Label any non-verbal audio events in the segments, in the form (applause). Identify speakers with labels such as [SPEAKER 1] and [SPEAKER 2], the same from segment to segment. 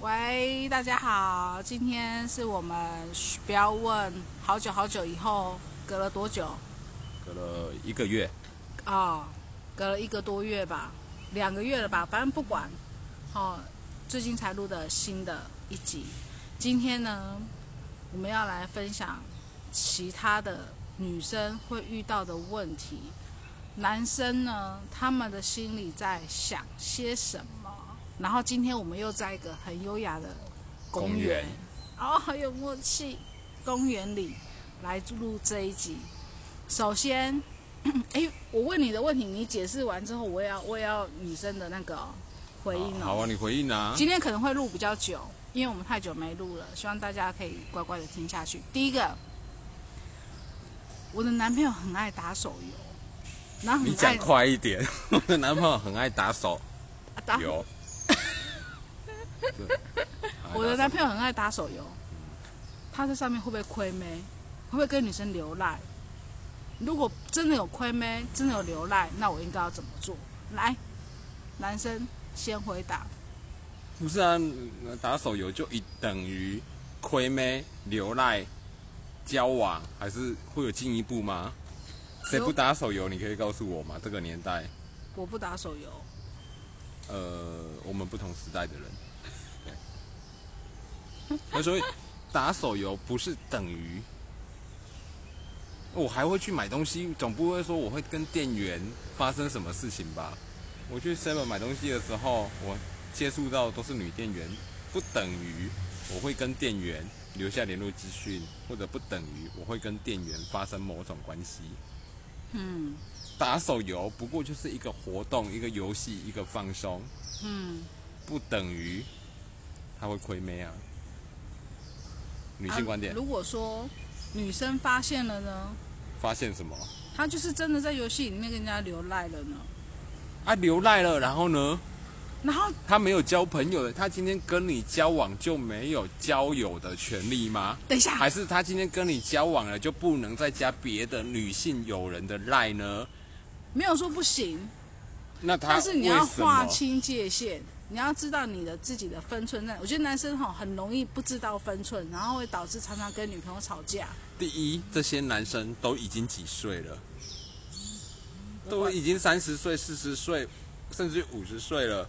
[SPEAKER 1] 喂，大家好，今天是我们嘘不要问好久好久以后隔了多久
[SPEAKER 2] 隔了一个月，
[SPEAKER 1] 哦，隔了一个多月吧，两个月了吧，反正不管，哦，最近才录的新的一集。今天呢，我们要来分享其他的女生会遇到的问题，男生呢，他们的心里在想些什么。然后今天我们又在一个很优雅的公
[SPEAKER 2] 公园
[SPEAKER 1] 哦，很有默契，公园里来录这一集。首先， (clears throat) 哎，我问你的问题，你解释完之后，我也要我也要女生的那个哦、回应哦。
[SPEAKER 2] 好啊，你回应啊。
[SPEAKER 1] 今天可能会录比较久，因为我们太久没录了，希望大家可以乖乖的听下去。第一个，我的男朋友很爱打手游，然后很
[SPEAKER 2] 你
[SPEAKER 1] 爱
[SPEAKER 2] 讲快一点， (laughs) 我的男朋友很爱打手
[SPEAKER 1] 打 (laughs)
[SPEAKER 2] 游。
[SPEAKER 1] 我的男朋友很爱打手游，他在上面会不会亏妹？会不会跟女生流赖？如果真的有亏妹，真的有流赖，那我应该要怎么做？来，男生先回答。
[SPEAKER 2] 不是啊，打手游就一等于亏妹、流赖、交往，还是会有进一步吗？谁不打手游？你可以告诉我吗？这个年代，
[SPEAKER 1] 我不打手游，
[SPEAKER 2] 呃，我们不同时代的人。 (laughs) 对。所以打手游不是等于我还会去买东西，总不会说我会跟店员发生什么事情吧？我去 Seven 买东西的时候，我接触到都是女店员，不等于我会跟店员留下联络资讯，或者不等于我会跟店员发生某种关系。
[SPEAKER 1] 嗯
[SPEAKER 2] 打手游不过就是一个活动、一个游戏、一个放松，
[SPEAKER 1] 嗯，
[SPEAKER 2] 不等于他会亏妹啊。女
[SPEAKER 1] 女
[SPEAKER 2] 性观点、
[SPEAKER 1] 啊如果说女生发现了呢，
[SPEAKER 2] 发现什么？
[SPEAKER 1] 她就是真的在游戏里面跟人家流赖了呢，
[SPEAKER 2] 啊，流赖了，然后呢？
[SPEAKER 1] 然后
[SPEAKER 2] 他没有交朋友的，他今天跟你交往就没有交友的权利吗？
[SPEAKER 1] 等一下
[SPEAKER 2] 还是他今天跟你交往了就不能再加别的女性友人的赖呢？
[SPEAKER 1] 没有说不行，
[SPEAKER 2] 那他
[SPEAKER 1] 但是你要
[SPEAKER 2] 为什么
[SPEAKER 1] 划清界限，你要知道你的自己的分寸在。我觉得男生哈很容易不知道分寸，然后会导致常常跟女朋友吵架。
[SPEAKER 2] 第一，这些男生都已经几岁了？都
[SPEAKER 1] 我
[SPEAKER 2] 已经三十岁、四十岁，甚至五十岁了。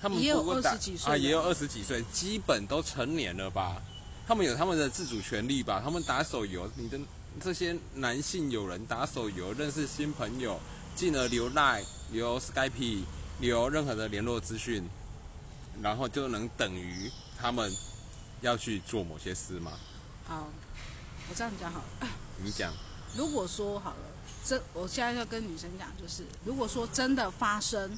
[SPEAKER 2] 他们
[SPEAKER 1] 也有
[SPEAKER 2] 不过打
[SPEAKER 1] 20几岁
[SPEAKER 2] 啊，
[SPEAKER 1] 的
[SPEAKER 2] 也有二十几岁，基本都成年了吧？他们有他们的自主权利吧？他们打手游，你的这些男性友人打手游，认识新朋友，进而留 Line、留 Skype、留任何的联络资讯，然后就能等于他们要去做某些事吗？
[SPEAKER 1] 好，我这样讲好了。
[SPEAKER 2] 你讲。
[SPEAKER 1] 如果说好了，这我现在要跟女生讲，就是如果说真的发生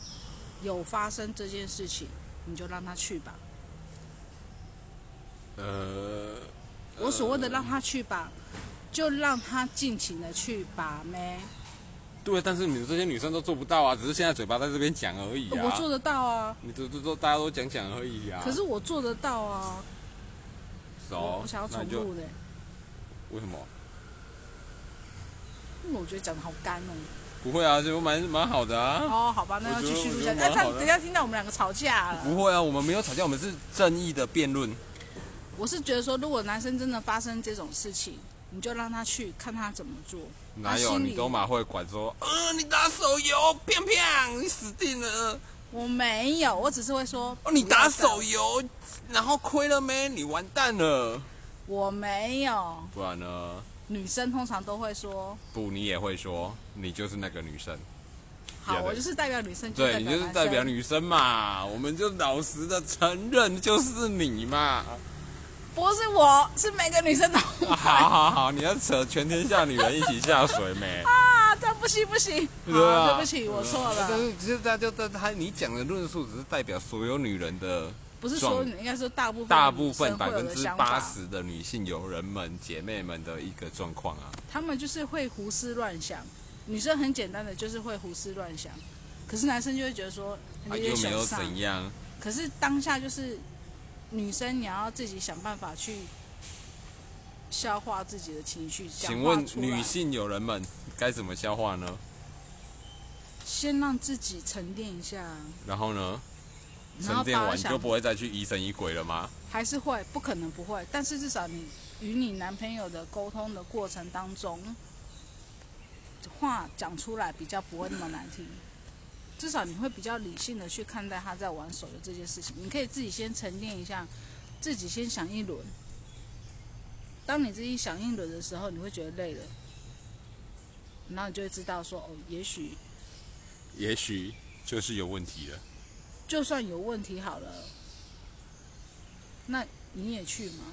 [SPEAKER 1] 有发生这件事情，你就让他去吧。
[SPEAKER 2] 呃，
[SPEAKER 1] 我所谓的让他去吧，就让他尽情的去把妹。
[SPEAKER 2] 对，但是你们这些女生都做不到啊，只是现在嘴巴在这边讲而已啊。
[SPEAKER 1] 我做得到啊，
[SPEAKER 2] 你都都都大家都讲讲而已啊。
[SPEAKER 1] 可是我做得到啊，我
[SPEAKER 2] 熟
[SPEAKER 1] 我，想要
[SPEAKER 2] 那
[SPEAKER 1] 重
[SPEAKER 2] 你就
[SPEAKER 1] 录的、
[SPEAKER 2] 为什么？
[SPEAKER 1] 因嗯为我觉得讲的好干哦。
[SPEAKER 2] 不会啊，就蛮蛮好的啊。
[SPEAKER 1] 哦，好吧，那要继续录下去。
[SPEAKER 2] 我觉得
[SPEAKER 1] 哎，
[SPEAKER 2] 我觉得蛮
[SPEAKER 1] 他
[SPEAKER 2] 好的
[SPEAKER 1] 等一下听到我们两个吵架了。
[SPEAKER 2] 不会啊，我们没有吵架，我们是正义的辩论。
[SPEAKER 1] 我是觉得说，如果男生真的发生这种事情，你就让他去看他怎么做。
[SPEAKER 2] 哪有
[SPEAKER 1] 心里
[SPEAKER 2] 你都马会管说，呃，你打手游，砰砰，你死定了。
[SPEAKER 1] 我没有，我只是会说，
[SPEAKER 2] 哦，你打手
[SPEAKER 1] 不要这样，
[SPEAKER 2] 游，然后亏了没？你完蛋了。
[SPEAKER 1] 我没有。
[SPEAKER 2] 不然呢？
[SPEAKER 1] 女生通常都会说，
[SPEAKER 2] 不，你也会说，你就是那个女生。
[SPEAKER 1] 好，
[SPEAKER 2] Yeah，
[SPEAKER 1] 我就是代表女生，
[SPEAKER 2] 对
[SPEAKER 1] 代
[SPEAKER 2] 你就
[SPEAKER 1] 表
[SPEAKER 2] 是
[SPEAKER 1] 男
[SPEAKER 2] 代表
[SPEAKER 1] 生。
[SPEAKER 2] 女生嘛，我们就老实的承认就是
[SPEAKER 1] (laughs)
[SPEAKER 2] 你嘛。
[SPEAKER 1] 不是我，是每个女生
[SPEAKER 2] (laughs)
[SPEAKER 1] 都。
[SPEAKER 2] 好好好，你要扯全天下女人一起下水
[SPEAKER 1] (laughs)
[SPEAKER 2] 没？
[SPEAKER 1] 啊，这不行不行，好，
[SPEAKER 2] 对啊
[SPEAKER 1] 对不起，我错
[SPEAKER 2] 但
[SPEAKER 1] 了，
[SPEAKER 2] 是其实他就他他你讲的论述只是代表所有女人的
[SPEAKER 1] 不是说
[SPEAKER 2] 撞
[SPEAKER 1] 你，应该说大部分
[SPEAKER 2] 大部
[SPEAKER 1] 嗯
[SPEAKER 2] 分
[SPEAKER 1] 女生
[SPEAKER 2] 百
[SPEAKER 1] 会有
[SPEAKER 2] 分
[SPEAKER 1] 的
[SPEAKER 2] 之
[SPEAKER 1] 想
[SPEAKER 2] 八
[SPEAKER 1] 法，
[SPEAKER 2] 十的女性友人们姐妹们的一个状况啊。
[SPEAKER 1] 他们就是会胡思乱想，女生很简单的就是会胡思乱想，可是男生就会觉得说
[SPEAKER 2] 啊，
[SPEAKER 1] 你
[SPEAKER 2] 又没有
[SPEAKER 1] 上，
[SPEAKER 2] 怎样，
[SPEAKER 1] 可是当下就是女生你要自己想办法去消化自己的情绪，
[SPEAKER 2] 请
[SPEAKER 1] 讲话
[SPEAKER 2] 问
[SPEAKER 1] 出来
[SPEAKER 2] 女性友人们该怎么消化呢？
[SPEAKER 1] 先让自己沉淀一下，
[SPEAKER 2] 然后呢？
[SPEAKER 1] 然后
[SPEAKER 2] 沉淀
[SPEAKER 1] 把它
[SPEAKER 2] 完
[SPEAKER 1] 想
[SPEAKER 2] 就不会再去疑神疑鬼了吗？
[SPEAKER 1] 还是会，不可能不会，但是至少你与你男朋友的沟通的过程当中，话讲出来比较不会那么难听，至少你会比较理性的去看待他在玩手游这件事情。你可以自己先沉淀一下，自己先想一轮。当你自己想一轮的时候，你会觉得累了，然后你就会知道说，哦，也许
[SPEAKER 2] 也许就是有问题了。
[SPEAKER 1] 就算有问题好了，那你也去吗？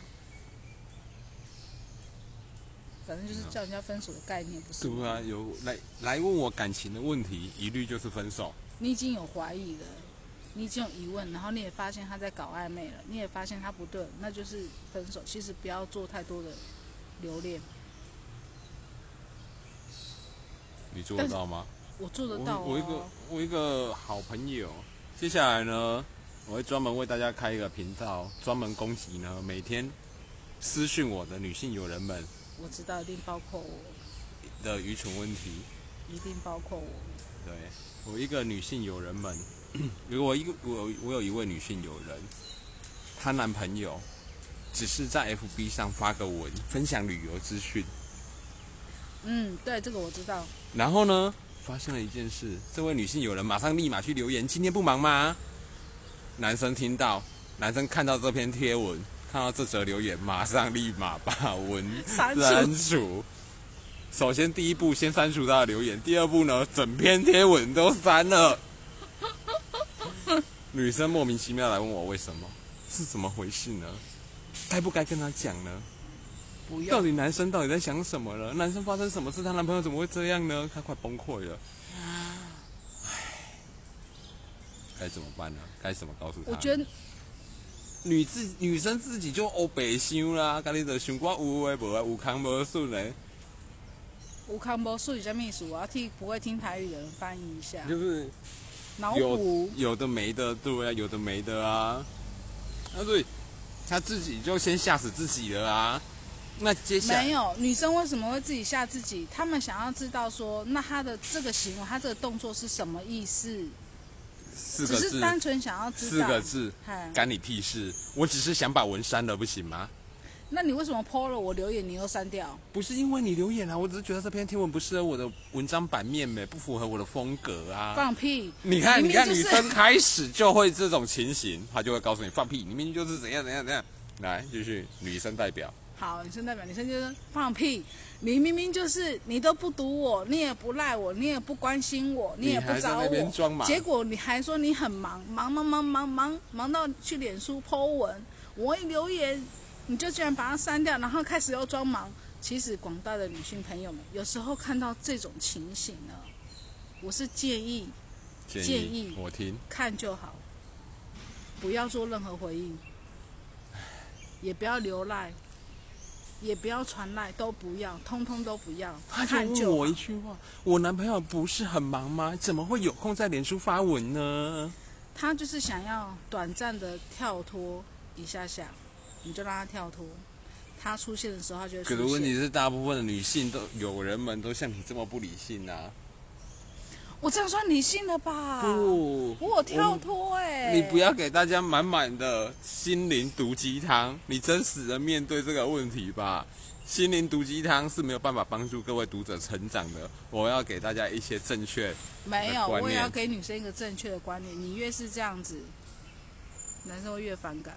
[SPEAKER 1] 反正就是叫人家分手的概念，不是
[SPEAKER 2] 是不
[SPEAKER 1] 吗？
[SPEAKER 2] 是啊？有来来问我感情的问题，一律就是分手。
[SPEAKER 1] 你已经有怀疑了，你已经有疑问，然后你也发现他在搞暧昧了，你也发现他不对，那就是分手。其实不要做太多的留恋，
[SPEAKER 2] 你做得
[SPEAKER 1] 但是
[SPEAKER 2] 到吗？
[SPEAKER 1] 我做得
[SPEAKER 2] 我
[SPEAKER 1] 到、哦、
[SPEAKER 2] 我一个我一个好朋友，接下来呢，我会专门为大家开一个频道，专门攻击呢每天私讯我的女性友人们
[SPEAKER 1] 我知道，一定包括我，
[SPEAKER 2] 的愚蠢问题。
[SPEAKER 1] 一定包括我。
[SPEAKER 2] 对我一个女性友人们， (clears throat) 如果一个我我有一位女性友人，她男朋友只是在 FB 上发个文，分享旅游资讯，
[SPEAKER 1] 嗯，对，这个我知道。
[SPEAKER 2] 然后呢，发生了一件事，这位女性友人马上立马去留言：“今天不忙吗？”男生听到，男生看到这篇贴文，看到这则留言，马上立马把文
[SPEAKER 1] 删除
[SPEAKER 2] 删除。首先第一步，先删除他的留言；第二步呢，整篇贴文都删了。女生莫名其妙来问我为什么，是怎么回事呢？该不该跟她讲呢？
[SPEAKER 1] 不
[SPEAKER 2] 到
[SPEAKER 1] 用，
[SPEAKER 2] 底男生到底在想什么了？男生发生什么事？她男朋友怎么会这样呢？她快崩溃了。唉，该怎么办呢？该怎么告诉她？
[SPEAKER 1] 我觉得
[SPEAKER 2] 女自女生自己就欧北修啦，家己就想我有诶无诶，有康无顺诶，
[SPEAKER 1] 吴康波术语叫秘书，我要替不会听台语的人翻译一下。
[SPEAKER 2] 就是
[SPEAKER 1] 脑
[SPEAKER 2] 有
[SPEAKER 1] 补
[SPEAKER 2] 有的没的，对啊，有的没的啊。那所以她自己就先吓死自己了啊。那接下
[SPEAKER 1] 没
[SPEAKER 2] 来
[SPEAKER 1] 有女生为什么会自己吓自己？她们想要知道说，那她的这个行为，她这个动作是什么意思？
[SPEAKER 2] 四
[SPEAKER 1] 只
[SPEAKER 2] 个
[SPEAKER 1] 是
[SPEAKER 2] 字，
[SPEAKER 1] 单纯想要知
[SPEAKER 2] 四
[SPEAKER 1] 道。
[SPEAKER 2] 个。字，
[SPEAKER 1] 嗨，
[SPEAKER 2] 干你屁事！我只是想把文删了，不行吗？
[SPEAKER 1] 那你为什么 PO 了我留言，你又删掉？
[SPEAKER 2] 不是因为你留言啊，我只是觉得这篇贴文不适合我的文章版面呗，不符合我的风格啊。
[SPEAKER 1] 放屁！
[SPEAKER 2] 你看，
[SPEAKER 1] 明
[SPEAKER 2] 你
[SPEAKER 1] 明
[SPEAKER 2] 看，
[SPEAKER 1] 就
[SPEAKER 2] 女
[SPEAKER 1] 是
[SPEAKER 2] 生开始就会这种情形，她就会告诉你放屁，你明明就是怎样怎样怎样。来，继续，女生代表，
[SPEAKER 1] 好，女生代表女生就是放屁。你明明就是你都不读我，你也不赖我，你也不关心我，
[SPEAKER 2] 你
[SPEAKER 1] 也不
[SPEAKER 2] 还在
[SPEAKER 1] 找
[SPEAKER 2] 那边
[SPEAKER 1] 我，
[SPEAKER 2] 装忙，
[SPEAKER 1] 结果你还说你很忙，忙忙忙忙忙忙到去脸书 Po 文，我一留言你就居然把它删掉，然后开始又装忙。其实广大的女性朋友们，有时候看到这种情形呢，我是建议
[SPEAKER 2] 建
[SPEAKER 1] 建议
[SPEAKER 2] 我听，
[SPEAKER 1] 看就好，不要做任何回应，也不要留赖，也不要传赖，都不要，通通都不要，
[SPEAKER 2] 她
[SPEAKER 1] 看就
[SPEAKER 2] 就问我
[SPEAKER 1] 好
[SPEAKER 2] 一。句话：我男朋友不是很忙吗？怎么会有空在脸书发文呢？
[SPEAKER 1] 他就是想要短暂的跳脱一下下，你就让他跳脱。他出现的时候，他就会出
[SPEAKER 2] 可
[SPEAKER 1] 现。
[SPEAKER 2] 是问题是，大部分的女性都友人们都像你这么不理性啊。
[SPEAKER 1] 我这样算理性了吧？
[SPEAKER 2] 不，
[SPEAKER 1] 我有跳脱哎、
[SPEAKER 2] 你不要给大家满满的心灵毒鸡汤，你真实的面对这个问题吧。心灵毒鸡汤是没有办法帮助各位读者成长的，我要给大家一些正确。
[SPEAKER 1] 没有，
[SPEAKER 2] 观念
[SPEAKER 1] 我也要给女生一个正确的观念。你越是这样子，男生会越反感。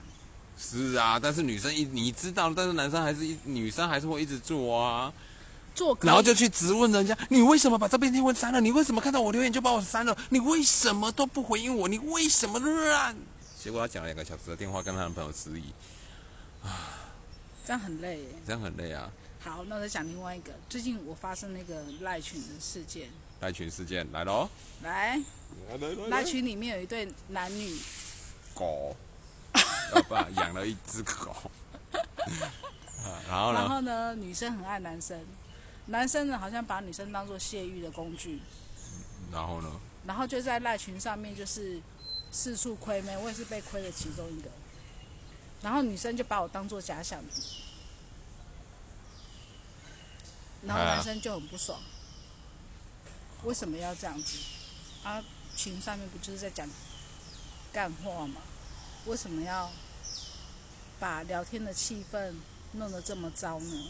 [SPEAKER 2] 是啊，但是女生一你知道，但是男生还是一女生还是会一直做啊，
[SPEAKER 1] 做可以
[SPEAKER 2] 然后就去质问人家，你为什么把这篇贴文删了？你为什么看到我留言就把我删了？你为什么都不回应我？你为什么乱？结果她讲了两个小时的电话，跟她男朋友质疑，
[SPEAKER 1] 这样很累耶。欸
[SPEAKER 2] 这样很累啊。
[SPEAKER 1] 好，那我再讲另外一个，最近我发生那个赖群的事件。
[SPEAKER 2] 赖群事件来喽，
[SPEAKER 1] 来，
[SPEAKER 2] 来来来
[SPEAKER 1] 赖群里面有一对男女，
[SPEAKER 2] 狗，哦不，养了一只狗。 (laughs) 啊然后
[SPEAKER 1] 然
[SPEAKER 2] 呢？
[SPEAKER 1] 后呢，女生很爱男生，男生呢好像把女生当做泄欲的工具，
[SPEAKER 2] 然后呢？
[SPEAKER 1] 然后就在赖群上面就是四处亏妹，我也是被亏的其中一个。然后女生就把我当做假想敌，然后
[SPEAKER 2] 啊
[SPEAKER 1] 男生就很不爽，为什么要这样子？啊，群上面不就是在讲干话嘛，为什么要把聊天的气氛弄得这么糟呢？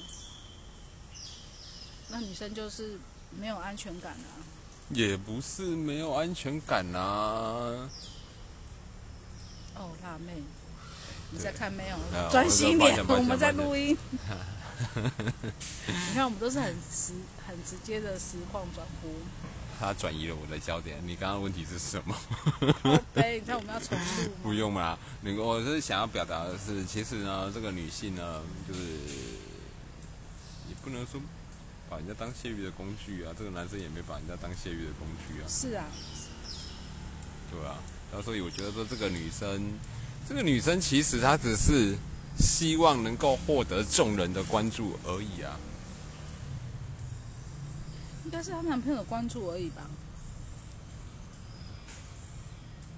[SPEAKER 1] 那女生就是没有安全感啊。
[SPEAKER 2] 也不是没有安全感啊。
[SPEAKER 1] 哦，辣妹，你在看没有
[SPEAKER 2] 没有？
[SPEAKER 1] 专心一
[SPEAKER 2] 啊我在
[SPEAKER 1] 点，
[SPEAKER 2] 抱
[SPEAKER 1] 我
[SPEAKER 2] 歉
[SPEAKER 1] 们在
[SPEAKER 2] 抱歉
[SPEAKER 1] 录
[SPEAKER 2] (laughs)
[SPEAKER 1] 音。你看，我们都是很实、很直接的实况转播。
[SPEAKER 2] 他转移了我的焦点，你刚刚问题是什么？
[SPEAKER 1] 好哎悲，你看我们要重录吗
[SPEAKER 2] 不用啦，那个我是想要表达的是，其实呢，这个女性呢，就是也不能说把人家当泄欲的工具啊，这个男生也没把人家当泄欲的工具啊，
[SPEAKER 1] 是啊，
[SPEAKER 2] 对啊。那所以我觉得说这个女生，这个女生其实她只是希望能够获得众人的关注而已啊。
[SPEAKER 1] 应该是她男朋友关注而已吧。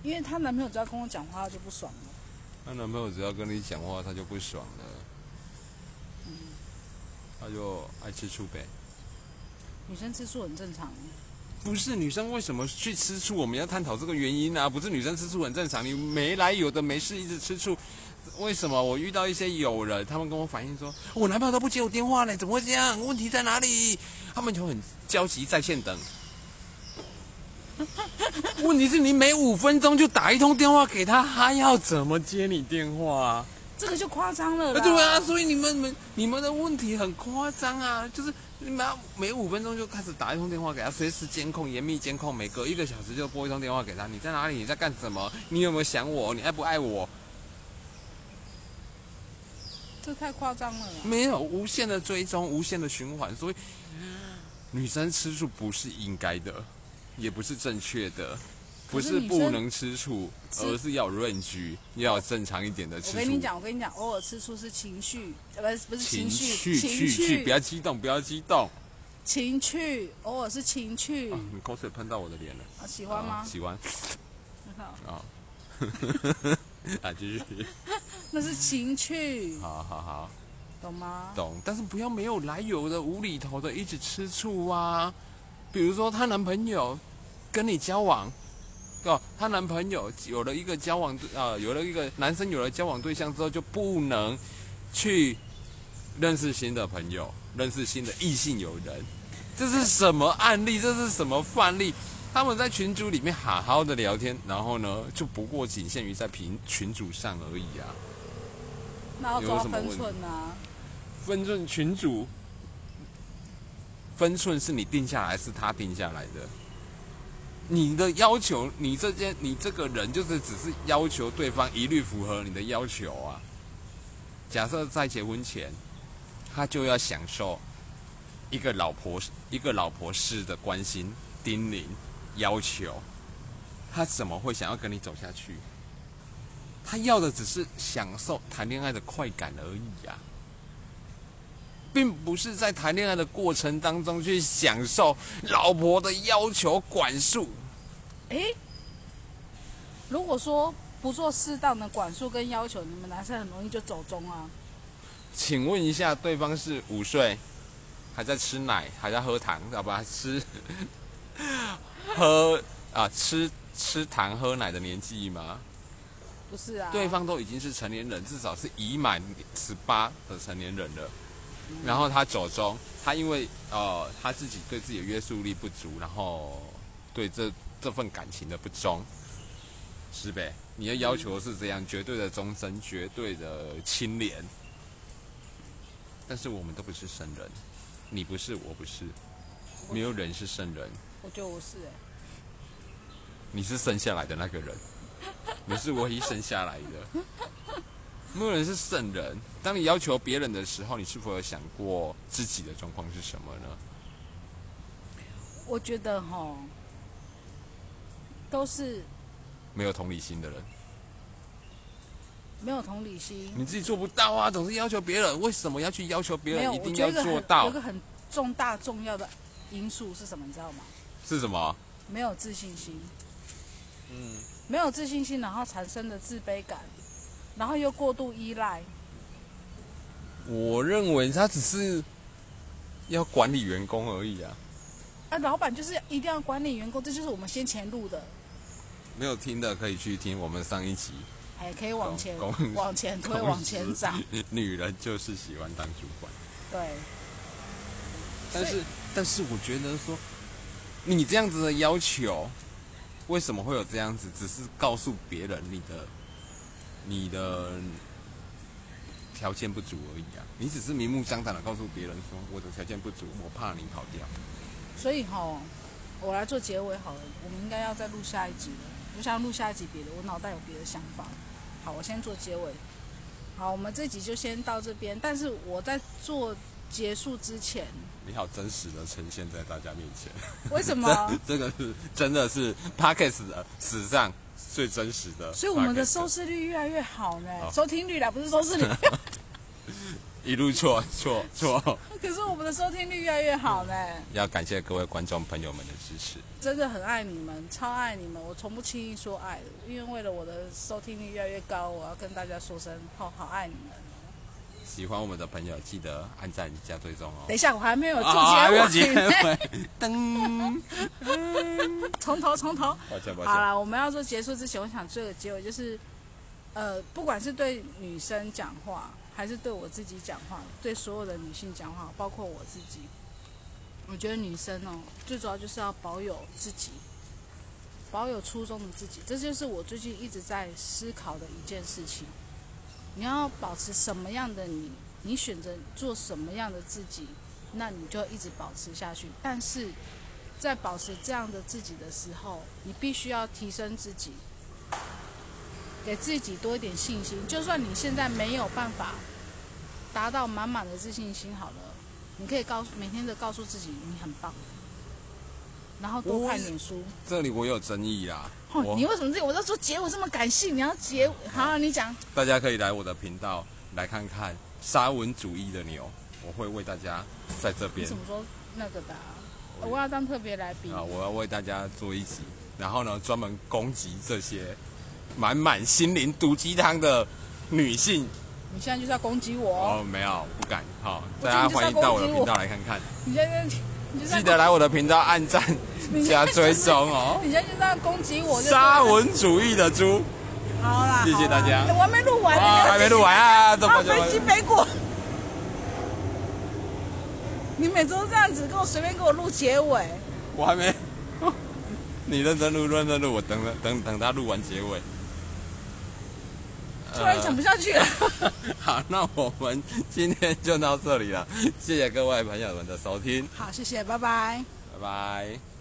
[SPEAKER 1] 因为她男朋友只要跟我讲话，她就不爽了。
[SPEAKER 2] 她男朋友只要跟你讲话，她就不爽了，她就爱吃醋呗。
[SPEAKER 1] 女生吃醋很正常，啊
[SPEAKER 2] 不是女生为什么去吃醋？我们要探讨这个原因啊！不是女生吃醋很正常，你没来由的没事一直吃醋，为什么？我遇到一些友人，他们跟我反映说，我男朋友都不接我电话呢，怎么会这样？问题在哪里？他们就很焦急，在线等。问题是你每五分钟就打一通电话给他，他要怎么接你电话啊？
[SPEAKER 1] 这个就夸张了啦。
[SPEAKER 2] (laughs) 对啊，所以你们们你们的问题很夸张啊，就是你们要每五分钟就开始打一通电话给他，随时监控，严密监控，每隔一个小时就拨一通电话给他，你在哪里？你在干什么？你有没有想我？你爱不爱我？
[SPEAKER 1] 这太夸张了啦。
[SPEAKER 2] 没有，无限的追踪，无限的循环，所以女生吃醋不是应该的，也不是正确的。不
[SPEAKER 1] 可是
[SPEAKER 2] 是
[SPEAKER 1] 女
[SPEAKER 2] 不
[SPEAKER 1] 生
[SPEAKER 2] 能吃醋，
[SPEAKER 1] 吃
[SPEAKER 2] 而是要润局，要有正常一点的吃
[SPEAKER 1] 我
[SPEAKER 2] 醋。
[SPEAKER 1] 跟你讲，我跟你讲，偶尔吃醋是情绪，呃，不是不是
[SPEAKER 2] 情
[SPEAKER 1] 绪，
[SPEAKER 2] 绪，
[SPEAKER 1] 情
[SPEAKER 2] 去去，不
[SPEAKER 1] 绪，
[SPEAKER 2] 要激动，不要激动。
[SPEAKER 1] 情趣，偶尔是情趣，
[SPEAKER 2] 嗯，口水喷到我的脸了。
[SPEAKER 1] 啊喜欢
[SPEAKER 2] 啊
[SPEAKER 1] 吗？
[SPEAKER 2] 喜欢 (laughs)
[SPEAKER 1] 很好
[SPEAKER 2] 啊。啊，继续，
[SPEAKER 1] 那是情趣，
[SPEAKER 2] (laughs) 好好好，
[SPEAKER 1] 懂吗？
[SPEAKER 2] 懂。但是不要没有来由的、无厘头的一直吃醋啊。比如说，她男朋友跟你交往，哦，她男朋友有了一个交往对，呃，有了一个男生有了交往对象之后，就不能去认识新的朋友，认识新的异性友人。这是什么案例？这是什么范例？他们在群组里面好好的聊天，然后呢，就不过仅限于在群群组上而已啊。
[SPEAKER 1] 那要
[SPEAKER 2] 有
[SPEAKER 1] 抓
[SPEAKER 2] 什么
[SPEAKER 1] 分
[SPEAKER 2] 问
[SPEAKER 1] 寸啊。
[SPEAKER 2] 分寸群主，分寸是你定下来，是他定下来的。你的要求，你这件，你这个人就是只是要求对方一律符合你的要求啊。假设在结婚前，他就要享受一个老婆一个老婆式的关心、叮咛、要求，他怎么会想要跟你走下去？他要的只是享受谈恋爱的快感而已啊。并不是在谈恋爱的过程当中去享受老婆的要求管束。
[SPEAKER 1] 诶，如果说不做适当的管束跟要求，你们男生很容易就走中啊。
[SPEAKER 2] 请问一下，对方是五岁，还在吃奶，还在喝糖，好吧？吃 (laughs) 喝啊，吃吃糖喝奶的年纪吗？
[SPEAKER 1] 不是啊，
[SPEAKER 2] 对方都已经是成年人，至少是已满十八的成年人了。然后他走中，他因为呃他自己对自己的约束力不足，然后对这这份感情的不忠，是呗？你的要求是这样，绝对的忠贞，绝对的清廉。但是我们都不是圣人，你不是，我不是，没有人是圣人，
[SPEAKER 1] 我觉得我是、欸，
[SPEAKER 2] 你是生下来的那个人，你是唯一生下来的。没有人是圣人。当你要求别人的时候，你是否有想过自己的状况是什么呢？
[SPEAKER 1] 我觉得哈，都是
[SPEAKER 2] 没有同理心的人，
[SPEAKER 1] 没有同理心。
[SPEAKER 2] 你自己做不到啊，总是要求别人，为什么要去要求别
[SPEAKER 1] 没有，
[SPEAKER 2] 人一
[SPEAKER 1] 我
[SPEAKER 2] 定
[SPEAKER 1] 觉
[SPEAKER 2] 要
[SPEAKER 1] 得一个
[SPEAKER 2] 做
[SPEAKER 1] 很有
[SPEAKER 2] 到
[SPEAKER 1] 一个？很重大重要的因素是什么，你知道吗？
[SPEAKER 2] 是什么？
[SPEAKER 1] 没有自信心。嗯。没有自信心，然后产生的自卑感，然后又过度依赖。
[SPEAKER 2] 我认为他只是要管理员工而已啊。
[SPEAKER 1] 啊，老板就是一定要管理员工，这就是我们先前录的。
[SPEAKER 2] 没有听的可以去听我们上一集
[SPEAKER 1] 哎，可以往前
[SPEAKER 2] 公
[SPEAKER 1] (laughs)
[SPEAKER 2] 公
[SPEAKER 1] 往前推，
[SPEAKER 2] 公
[SPEAKER 1] 往前
[SPEAKER 2] 司
[SPEAKER 1] 找，
[SPEAKER 2] 《 (laughs) 女人就是喜欢当主管》。
[SPEAKER 1] 对，
[SPEAKER 2] 但
[SPEAKER 1] 所以
[SPEAKER 2] 是，但是我觉得说，你这样子的要求，为什么会有这样子？只是告诉别人你的你的条件不足而已啊！你只是明目张胆的告诉别人说我的条件不足，我怕你跑掉。
[SPEAKER 1] 所以吼，我来做结尾好了。我们应该要再录下一集了，我想录下一集别的，我脑袋有别的想法。好，我先做结尾。好，我们这集就先到这边。但是我在做结束之前，
[SPEAKER 2] 你好，真实的呈现在大家面
[SPEAKER 1] (laughs)
[SPEAKER 2] 前，
[SPEAKER 1] 为什么
[SPEAKER 2] 这？ (laughs) 这个是真的是 p a c k e s 的史上最真实的 podcast。
[SPEAKER 1] 所以我们的收视率越来越好呢，收听率啦，不是收
[SPEAKER 2] (laughs)
[SPEAKER 1] 视率。
[SPEAKER 2] 一路错错错，
[SPEAKER 1] 可是我们的收听率越来越好呢，
[SPEAKER 2] 要感谢各位观众朋友们的支持。
[SPEAKER 1] 真的很爱你们，超爱你们，我从不轻易说爱的，因为为了我的收听率越来越高，我要跟大家说声，哦，好爱你们。
[SPEAKER 2] 喜欢我们的朋友记得按赞加追踪哦
[SPEAKER 1] 等。一下，我还没有做
[SPEAKER 2] 啊不要
[SPEAKER 1] 结 (laughs) 尾
[SPEAKER 2] 结
[SPEAKER 1] 呢。
[SPEAKER 2] 尾，噔！
[SPEAKER 1] 从头从头。
[SPEAKER 2] 抱歉抱
[SPEAKER 1] 好
[SPEAKER 2] 歉，
[SPEAKER 1] 了，我们要做结束之前，我想做个结尾，就是，呃，不管是对女生讲话，还是对我自己讲话，对所有的女性讲话，包括我自己，我觉得女生哦，最主要就是要保有自己，保有初衷的自己，这就是我最近一直在思考的一件事情。你要保持什么样的你，你选择做什么样的自己，那你就一直保持下去。但是在保持这样的自己的时候，你必须要提升自己，给自己多一点信心。就算你现在没有办法达到满满的自信心，好了，你可以告诉每天的告诉自己你很棒，然后多
[SPEAKER 2] 我
[SPEAKER 1] 看点书。
[SPEAKER 2] 这里我有争议啦，
[SPEAKER 1] 哦，
[SPEAKER 2] 我
[SPEAKER 1] 你为什么这？我在说结尾这么感性，你要结尾好，你讲。
[SPEAKER 2] 大家可以来我的频道来看看沙文主义的牛，我会为大家在这
[SPEAKER 1] 你
[SPEAKER 2] 边
[SPEAKER 1] 怎么说那个的啊、
[SPEAKER 2] 我
[SPEAKER 1] 我要当特别来宾。
[SPEAKER 2] 啊，我要为大家做一集，然后呢专门攻击这些满满心灵毒鸡汤的女性
[SPEAKER 1] 你现在就是要攻击我哦，
[SPEAKER 2] 哦，没有不敢好，
[SPEAKER 1] 我
[SPEAKER 2] 大家
[SPEAKER 1] 今天就是要
[SPEAKER 2] 欢迎到我的
[SPEAKER 1] 攻击我
[SPEAKER 2] 频道来看看，
[SPEAKER 1] 你现在 (laughs) 你就是要
[SPEAKER 2] 记得来我的频道按赞
[SPEAKER 1] (laughs) 你现
[SPEAKER 2] 加
[SPEAKER 1] 在
[SPEAKER 2] 追踪哦，
[SPEAKER 1] 你现在就是要攻击我就对了。
[SPEAKER 2] 沙文主义的猪。
[SPEAKER 1] 好啦，
[SPEAKER 2] 谢谢
[SPEAKER 1] 好啦
[SPEAKER 2] 大家
[SPEAKER 1] 我还没录完呢，
[SPEAKER 2] 啊，还没录完啊，这
[SPEAKER 1] 啊，
[SPEAKER 2] 么久
[SPEAKER 1] 北京北果。你每次都这样子跟我随便给我录结尾，
[SPEAKER 2] 我还没。你认真录，认真录，我等了等等他录完结尾。
[SPEAKER 1] 突然讲不下去了。
[SPEAKER 2] 呃好，那我们今天就到这里了，谢谢各位朋友们的收听，
[SPEAKER 1] 好，谢谢，拜拜。
[SPEAKER 2] 拜拜。